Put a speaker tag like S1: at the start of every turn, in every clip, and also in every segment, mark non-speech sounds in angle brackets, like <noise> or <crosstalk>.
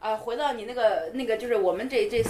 S1: 啊回到你那个那个，就是我们这这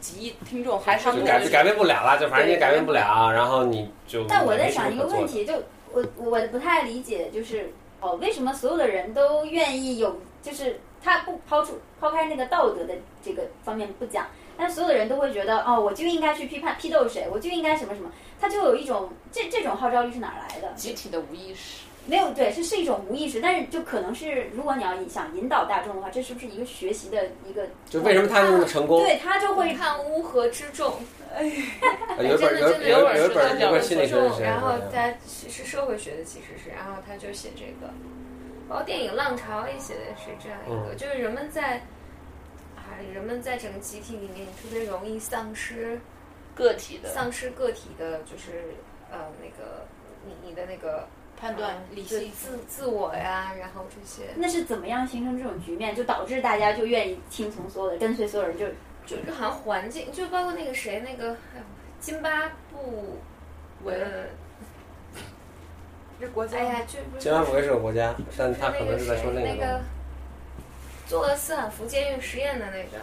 S1: 几亿听众还是
S2: 就改改变不了了，就反正你也改变不了，然后你就
S3: 但我在
S2: 没什么
S3: 想一个
S2: 可做
S3: 问
S2: 的，
S3: 题，就我我不太理解，就是哦，为什么所有的人都愿意有，就是他不抛出抛开那个道德的这个方面不讲，但所有的人都会觉得哦，我就应该去批判批斗谁，我就应该什么什么，他就有一种这这种号召力是哪儿来的？
S4: 集体的无意识。
S3: 没有对，是是一种无意识，但是就可能是如果你要想引导大众的话，这是不是一个学习的一个？
S2: 就为什么他那么成功？
S3: 对他就
S5: 会
S3: 会
S5: 看《乌合之众》，
S2: 有一本有有有有一本有一本心理学啊是谁？
S5: 然后他是是社会学的，其实是，然后他就写这个，包括电影《浪潮》也写的是这样一
S2: 嗯
S5: 个，就是人们在，啊，人们在整个集体里面特别容易丧失
S4: 个体的
S5: 丧失个体的，就是呃那个你你的那个
S1: 判断理
S5: 自
S1: 性。
S5: 自自我呀，然后这些，
S3: 那是怎么样形成这种局面，就导致大家就愿意听从所有的，跟随所有人，就
S5: 就就好像环境，就包括那个谁那个哎呦津巴布韦，呃
S4: 这国
S5: 哎呀，就不是
S2: 津巴布韦是个国家，但
S5: 是那
S2: 他
S5: 个
S2: 可能是在说另
S5: 谁
S2: 一
S5: 那
S2: 个
S5: 个做了斯坦福监狱实验的那个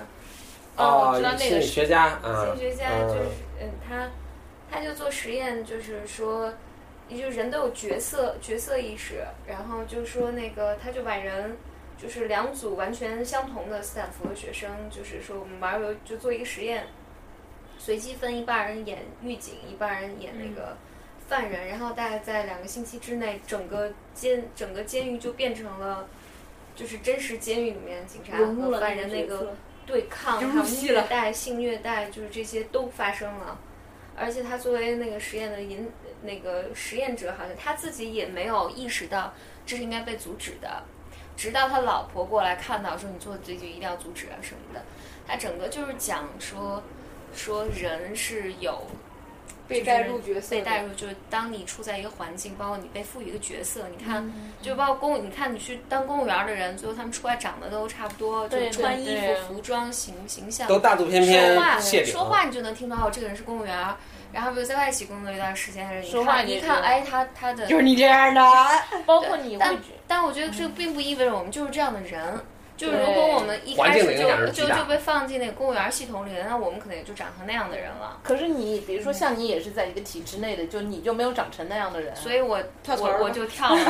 S4: 哦
S2: 哦，
S4: 我知道那
S2: 心
S4: 个
S2: 理
S4: 是
S2: 学家啊，
S5: 心理学家，
S2: 嗯
S5: 就是嗯，他他就做实验，就是说，也就是人都有角色角色意识，然后就说那个他就把人。就是两组完全相同的斯坦福的学生，就是说我们玩儿游就做一个实验，随机分一半人演狱警，一半人演那
S3: 嗯
S5: 个犯人，然后大概在两个星期之内，整个监整个监狱就变成了，就是真实监狱里面警察
S3: 融入
S5: 和
S3: 了
S5: 犯人那
S3: 角色
S5: 个对抗，
S1: 就
S5: 还
S1: 入
S5: 有
S1: 戏
S5: 虐
S1: 了
S5: 待、性虐待，就是这些都发生了。而且他作为那个实验的引那个实验者，好像他自己也没有意识到这是应该被阻止的，直到他老婆过来看到说你做的这就一定要阻止啊什么的。他整个就是讲说说人是有
S1: 被带入角色的，
S5: 被带入，就是当你处在一个环境，包括你被赋予一个角色，你看，就包括公，你看你去当公务员的人，最后他们出来长得都差不多，就
S4: 对
S5: 穿衣
S4: 对
S5: 服、服装、形形象，
S2: 都大肚偏偏
S5: 说话
S2: 谢顶，
S5: 说话你就能听到哦，这个人是公务员儿。然后比如在外企工作一段时间的人，你
S4: 说话
S5: 看
S4: 你
S5: 一
S4: 也
S5: 看，
S4: 是
S5: 哎，他他的
S4: 就是你这样的，包括你会
S5: 但但我觉得这并不意味着我们就是这样的人。就是如果
S4: 对
S5: 我们一
S2: 环
S5: 开
S2: 境的
S5: 始
S2: 影
S5: 就
S2: 响是巨
S5: 就
S2: 大
S5: 就被放进那个公务员系统里了，那我们可能也就长成那样的人了。
S4: 可是你，比如说像你也是在一个体制内的，就你就没有长成那样的人，啊
S5: 所以我
S1: 跳槽儿
S5: 我
S1: 了
S5: 我就跳了， <laughs>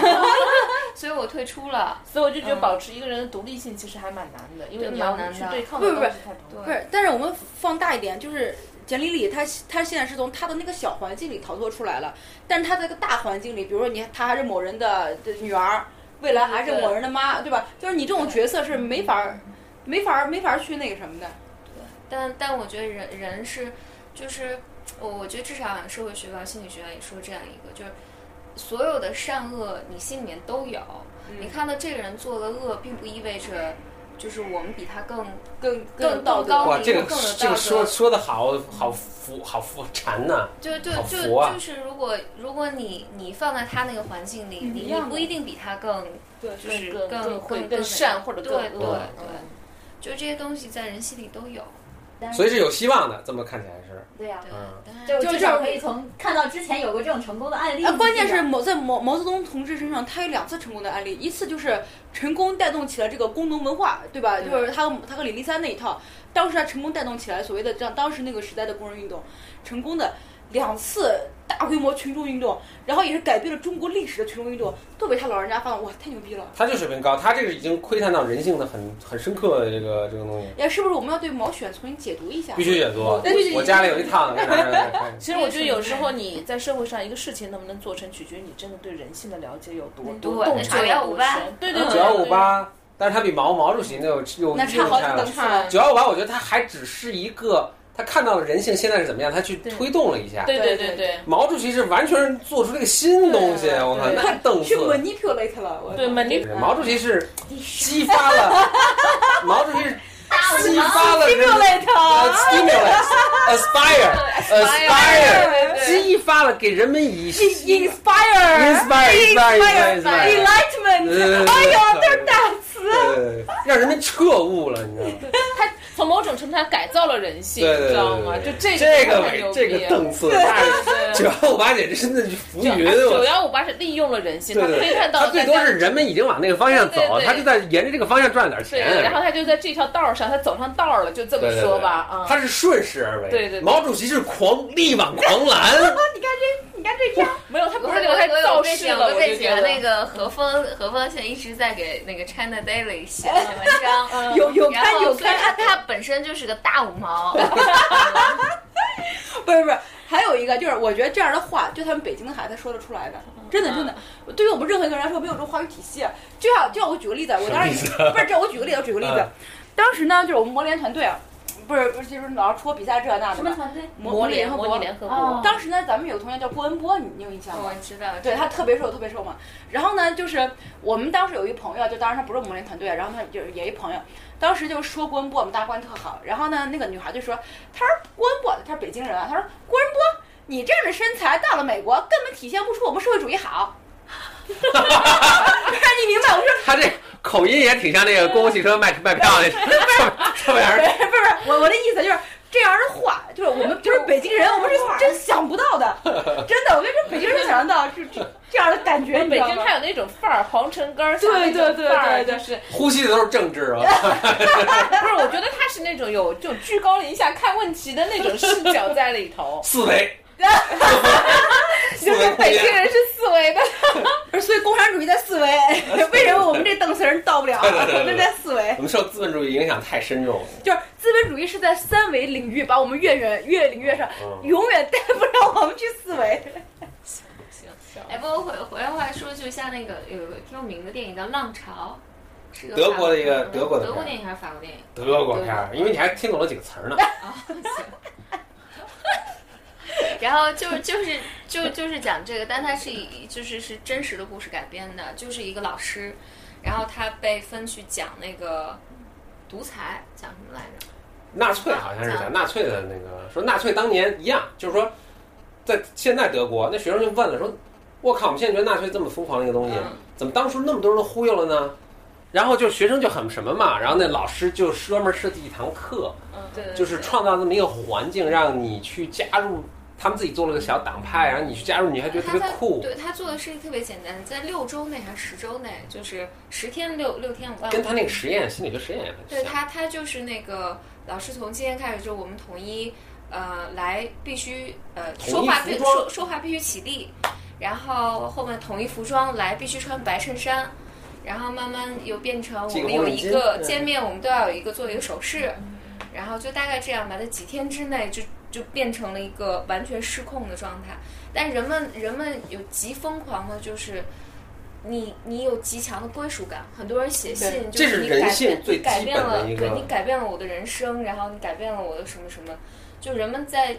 S5: 所以我退出了。
S4: 所以我就
S1: 嗯
S4: 觉得保持一个人的独立性其实还蛮难的，因为
S5: 对
S4: 你要
S5: 蛮难的
S4: 去对抗
S1: 不
S4: 的
S1: 是
S4: 东
S1: 不是
S4: 西太多了。
S1: 不是，但是我们放大一点，就是简丽丽她她现在是从她的那个小环境里逃脱出来了，但是她在一个大环境里，比如说你她还是某人的的女儿，未来还是某人的妈，对吧？就是你这种角色是没法儿没法儿没法儿去那个什么的。
S5: 但但我觉得人人是，就是我我觉得至少好像社会学吧、心理学上也说这样一个，就是所有的善恶你心里面都有。
S2: 嗯
S5: 你看到这个人做了恶，并不意味着就是我们比他更
S1: 更
S5: 更
S1: 道
S5: 更高
S1: 德，
S2: 哇，这个
S5: 更有
S2: 这
S5: 道
S2: 个
S5: 德
S2: 说说的好好服好服馋呐、
S5: 就就
S2: 好服
S5: 就、
S2: 啊
S5: 就是如果如果你你放在他那个环境
S4: 嗯
S5: 里，
S1: 一
S5: 你你
S1: 样的
S5: 不一定比他更
S1: 对
S5: 就是
S4: 更更会
S5: 更
S4: 更善或者更
S5: 对对
S4: 恶嗯
S5: 对，就这些东西在人心里都有。
S2: 嗯
S3: 但
S2: 所以是有希望的。这么看起来是，
S3: 对呀、
S5: 对
S2: 嗯，
S5: 当然
S3: 就
S1: 就
S3: 至
S1: 这
S3: 少
S1: 种
S3: 可以从看到之前有过这种成功的案例。
S1: 啊，关键是毛在毛毛泽东同志身上，他有两次成功的案例，一次就是成功带动起了这个工农文化，对吧？
S5: 对
S1: 就是他和他和李立三那一套，当时他成功带动起来所谓的这样当时那个时代的工人运动，成功的两次大规模群众运动，然后也是改变了中国历史的群众运动，都被他老人家发现，哇，太牛逼了！
S2: 他这水平高，他这个已经窥探到人性的很很深刻的这个这个东西，
S1: 也哎是不是我们要对毛选重新解读一下？
S2: 必须解读。
S1: 但是
S2: 我家里有一套呢，拿着来看
S4: 其实我觉得有时候你在社会上一个事情能不能做成，取决于你真的对人性的了解有多多
S5: 嗯对
S4: 洞察有多
S5: 9158
S4: 深。对对对，
S2: <laughs> 九幺五八，但是他比毛毛主席那又又
S1: 那差
S2: 又
S1: 好几
S2: 差了
S1: 等。次了。
S2: 九幺五八，我觉得他还只是一个，他看到了人性现在是怎么样，他去
S4: 对
S2: 推动了一下。
S4: 对对
S1: 对
S4: 对
S1: 对
S4: 对
S2: 毛主席是完全做出了一个新东西，
S4: 对
S2: 我靠，
S4: 对
S2: 那等
S1: 去
S2: 死
S1: manipulate 了，我
S4: 对 manip-
S2: 了。毛主席是激发了， <laughs> 毛主席是激发了人
S1: manipulate，
S2: 呃，stimulus，aspire，aspire，激发了给人们以
S1: inspire，
S2: inspire，inspire，inspire，
S4: 哎
S1: enlightenment，
S2: 哎呦，这大词，对，让人们彻悟了，你知道吗？
S4: <laughs> 从某种程度上改造了人性，
S2: 对
S4: 你
S2: 对
S4: 知道吗？
S2: 对
S4: 就啊
S2: 对，
S4: 这
S2: 这
S4: 个
S2: 个
S4: 很牛逼。
S2: 这个档次，那是九幺五八姐真的是浮云，
S4: 九
S2: 我
S4: 幺五八是利用了人性，
S2: 对
S4: 他
S2: 对
S4: 窥探到
S2: 他
S4: 了
S2: 最
S4: 大
S2: 多
S4: 家
S2: 是人们已经往那个方向走
S4: 对对，对
S2: 他就在沿着这个方向赚点
S4: 对，然后
S2: 钱。
S4: 他就在这条道儿上，他走上道儿了，就这么
S2: 对对
S4: 说
S2: 对
S4: 吧啊。
S2: 他是顺势而为，
S4: 对对对
S2: 毛主席是狂力挽狂
S4: <laughs>
S2: 澜，
S3: 你看这样，
S4: 没有，他不
S5: 我
S4: 是留太
S5: 我有
S4: 造
S5: 我在
S4: 势
S5: 想，
S4: 了，
S5: 我
S4: 我
S5: 在
S4: 就觉
S5: 想
S4: 得
S5: 那个何方何方现在一直在给那个 China Daily 写的
S4: <laughs>
S5: 文章，嗯
S1: 有有
S5: 然
S1: 看
S5: 后
S1: 有
S5: 所以
S1: 看，
S5: 他他本身就是个大五毛，
S1: 不是不是，还有一个就是，我觉得这样的话，就他们北京的孩子说得出来的，
S4: 嗯
S1: 真的真的，对于我们任何一个人来说，没有这种话语体系。就像就像我举个例子，我当时不是这，我举个例子，我举个例子
S2: 啊嗯，
S1: 当时呢，就是我们模联团队啊，不是不是，就是老是戳比赛这那
S3: 什
S1: 的
S3: 么
S1: 嘛，
S3: 团队？
S1: 模
S4: 模
S1: 联
S4: 联
S1: 合
S4: 模拟哦
S1: 国。
S4: 联合
S3: 哦
S4: 国，
S1: 当时呢，咱们有个同学叫郭文波，你你有印
S4: 嗯
S1: 象吗
S5: 我？知道，
S1: 对他特别瘦，特别瘦嘛。然后呢，就是我们当时有一朋友，就当时他不是我们那团队，然后他就是也一朋友，当时就说郭文波，我们大家关系特好。然后呢，那个女孩就说，她说郭文波，她是北京人啊，她说郭文波，你这样的身材到了美国根本体现不出我们社会主义好。 <laughs> 让你明白，我说
S2: 他这口音也挺像那
S4: 啊
S2: 个公共汽车卖卖票
S4: <laughs>
S2: 那上上面
S1: 不
S2: 儿
S1: 是不是，我我的意思就是这样的话，就是我们就是北京人，我们是真想不到的，真的，我觉得这北京人想不到，这这这样的感觉，你知
S4: 北
S1: 道
S4: 京
S1: 吗
S4: 它有那种范儿，皇城根儿下
S1: 对
S4: 那种
S1: 对对
S4: 范儿
S1: 对对
S4: 就是
S2: 呼吸的都是政治啊，，
S4: 不是？
S1: <laughs>
S4: 我觉得他是那种有就居高临下看问题的那种视角在里头
S2: 四
S4: <laughs>
S2: 维，
S4: 就
S2: 四维
S4: 是
S2: 空
S4: 北京
S2: 间，
S4: 人是四维的，
S1: 而 <laughs> 所以共产主义在四维，为什么我们这邓词儿到不了？啊
S2: 对对对对对
S1: 我们在四
S2: <laughs>
S1: 维，
S2: 我们受资本主义影响太深重了。
S1: 就是资本主义是在三维领域把我们越远越领越上，
S2: 嗯
S1: 永远带不上我们去四维。
S5: <laughs> 哎，不过回回来话说，就像那个有个挺有名的电影叫《浪潮》，是个
S2: 德
S5: 法
S2: 国的一个
S5: 嗯
S2: 德国的
S5: 德
S2: 片
S5: 国
S2: 儿
S5: 电影还是法国电影？
S2: 德国片儿，因为你还听懂了几个词
S5: <laughs>
S2: 儿呢。
S5: 然后就是就是就就是讲这个，但它是以就是是真实的故事改编的，就是一个老师，然后他被分去讲那个独裁，讲什么来着？
S2: 纳粹好像是讲纳粹的那个，说纳粹当年一样，就是说，在现在德国，那学生就问了，说，我靠，我们现在觉得纳粹这么疯狂的一个东西
S5: 嗯，
S2: 怎么当初那么多人都忽悠了呢？然后就学生就很什么嘛，然后那老师就专门设计一堂课，
S4: 嗯，对，
S2: 就是创造这么一个环境，让你去加入，他们自己做了个小党派，啊然后你去加入，你还觉得特别酷，
S5: 对他做的事情特别简单，在六周内还是十周内，就是十天六六天五万
S2: 跟他那个实验心理学实验也
S5: 对
S2: 很像。
S5: 他，他就是那个老师从今天开始，就我们统一呃来必须呃
S2: 统一
S5: 说话
S2: 服
S5: 必
S2: 装
S5: 说说话必须起立，然后后面统一服装来必须穿白衬衫，然后慢慢又变成我
S2: 系个
S5: 们有
S2: 红领
S5: 一
S2: 巾
S5: 个
S2: 嗯
S5: 见面，我们都要有一个做一个手势，然后就大概这样吧，在几天之内就就变成了一个完全失控的状态。但人们人们有极疯狂的，就是你你有极强的归属感。很多人写信，就
S2: 这是
S5: 你
S2: 人
S5: 改
S2: 性
S5: 变
S2: 最
S5: 你改
S2: 基
S5: 变
S2: 本的
S5: 了，
S2: 一
S5: 对
S2: 个
S5: 你改变了我的人生，然后你改变了我的什么什么，就人们在。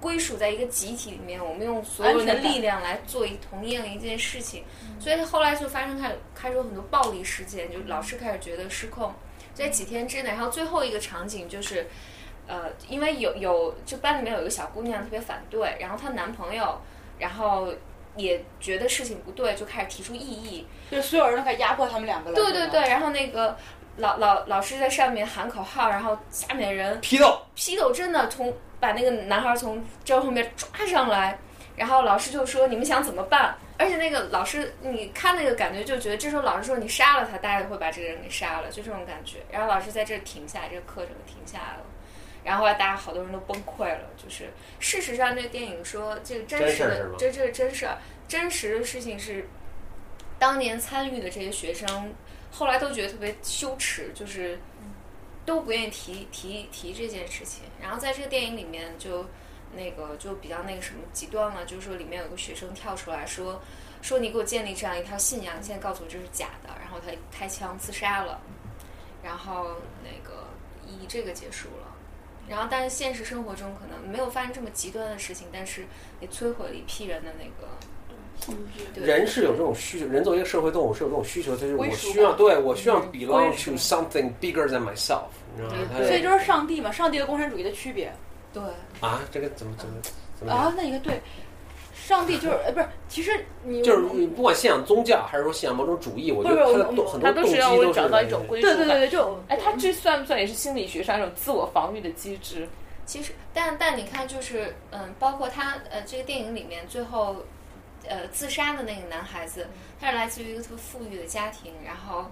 S5: 归属在一个集体里面，我们用所有人的
S1: 安全感嗯
S5: 力量来做一同样一件事情，所以后来就发生开始开始有很多暴力事件，就老师开始觉得失控，在几天之内，然后最后一个场景就是，呃，因为有有就班里面有一个小姑娘特别反对，然后她男朋友，然后也觉得事情不对，就开始提出异议。
S1: 就是所有人都开始压迫他们两个了。
S5: 对对对，
S1: 吧，
S5: 然后那个老老老师在上面喊口号，然后下面人
S2: 批斗，
S5: 批斗真的从把那个男孩从这后面抓上来，然后老师就说你们想怎么办？而且那个老师，你看那个感觉就觉得，这时候老师说你杀了他，大家也会把这个人给杀了，就这种感觉。然后老师在这儿停下，这个课整个停下来了。然后后来大家好多人都崩溃了，就是事实上这个电影说这个真
S2: 真
S5: 实
S2: 事儿是
S5: 的
S2: 吗，
S5: 这这是真事儿，真实的事情是当年参与的这些学生后来都觉得特别羞耻，就是都不愿意提提提这件事情。然后在这个电影里面就那个就比较那个什么极端了，就是说里面有个学生跳出来说说你给我建立这样一套信仰，你现在告诉我这是假的，然后他开枪自杀了，然后那个以这个结束了。然后，但是现实生活中可能没有发生这么极端的事情，但是也摧毁了一批人的那个对
S2: 人是有这种需求，人作为一个社会动物是有这种需求，就是
S1: 归
S2: 我
S1: 属
S2: 需要，
S1: 感
S2: 对我需要 belong
S1: 归属
S2: to something bigger than myself，你知道吗？
S5: 对
S1: 所以就是上帝嘛，上帝和共产主义的区别
S5: 对。
S1: 哦
S2: 啊，这个怎么怎么怎么讲？
S1: 啊。那一个对，上帝就是，呃，不是，其实你
S2: 就是你不管信仰宗教还是说信仰某种主义，我觉
S1: 不是我
S2: 得他的动很
S4: 他
S2: 多
S4: 都
S2: 动机
S4: 是让
S2: 都
S4: 我
S2: 是
S4: 找到一种归属
S1: 对
S4: 感。
S1: 对对对，就
S4: 哎，他这算不算也是心理学上一种自我防御的机制？
S5: 其实，但但你看，就是嗯，包括他呃，这个电影里面最后呃自杀的那个男孩子，他是来自于一个特别富裕的家庭，然后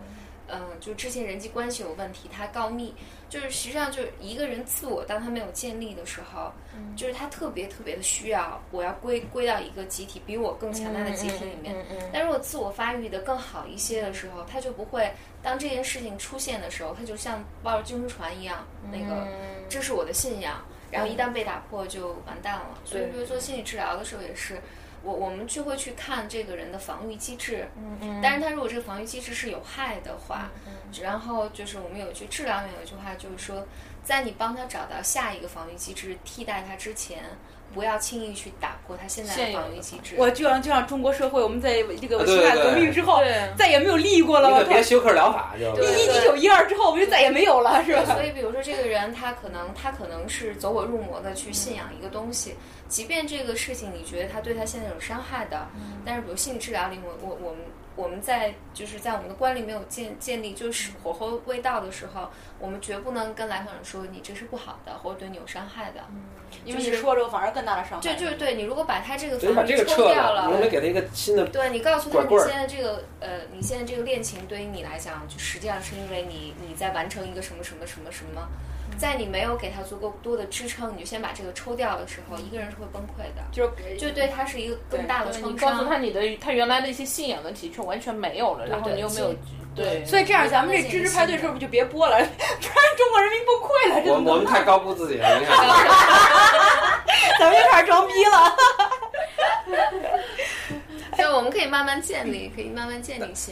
S5: 嗯、呃就之前人际关系有问题，他告密，就是实际上就是一个人自我，当他没有建立的时候，就是他特别特别的需要，我要归归到一个集体比我更强大的集体里面。
S4: 嗯
S5: 但如果自我发育的更好一些的时候，他就不会当这件事情出现的时候，他就像抱着救生船一样，那个这是我的信仰，然后一旦被打破就完蛋了。所以，比如做心理治疗的时候也是，我我们就会去看这个人的防御机制。嗯嗯。但是他如果这个防御机制是有害的话，然后就是我们有一句治疗里面有一句话，就是说，在你帮他找到下一个防御机制替代他之前，不要轻易去打破他现在
S4: 现
S5: 的
S4: 有的
S5: 防御机制。
S1: 我就像就像中国社会，我们在这
S2: 啊
S1: 个
S2: 对
S1: 辛
S2: 对
S1: 亥革
S2: 对
S1: 命之后
S4: 哦对，啊
S1: 再也没有利益过了。
S2: 你
S1: 我
S2: 可
S1: 靠
S2: 别，休克疗法，就
S1: 一
S5: 对
S1: 一九一二之后，我们就再也没有了，是吧？
S5: <laughs> 所以，比如说这个人，他可能他可能是走火入魔的去信仰一个东西，即便这个事情你觉得他对他现在有伤害的，
S3: 嗯
S5: 但是比如心理治疗里，我我我们我们在就是在我们的观里没有建建立就是火候未到的时候，我们绝不能跟来访者说你这是不好的，或者对你有伤害
S3: 嗯
S5: 的。
S4: 嗯
S1: 因为你说这个反而更大的伤害。
S5: 对，就是对你如果把他这个
S2: 所以把
S5: 防
S2: 这
S5: 御
S2: 个
S5: 抽
S2: 撤
S5: 掉
S2: 了，你们给他一个新的
S5: 对你告诉他，
S2: 管
S5: 你
S2: 棍儿
S5: 现在这个呃，你现在这个恋情对于你来讲，就实际上是因为你你在完成一个什么什么什么什么，
S4: 嗯
S5: 在你没有给他足够多的支撑，你就先把这个抽掉的时候，一个人是会崩溃的，
S1: 就是
S5: 就对他是一个更大的
S4: 对你
S5: 创
S4: 告诉他
S5: 伤。
S4: 你的他原来的一些信仰的体却完全没有了，然后
S5: 对
S4: 你又没有对，
S1: 所以这样，咱们这知识派对是不是就别播了？不 <laughs> 然中国人民崩溃了，
S2: 我
S1: 真
S2: 我
S1: 的，
S2: 们太高估自己了，你看，
S1: 咱们就开始装逼了。
S5: 对，我们可以慢慢建立，可以慢慢建立信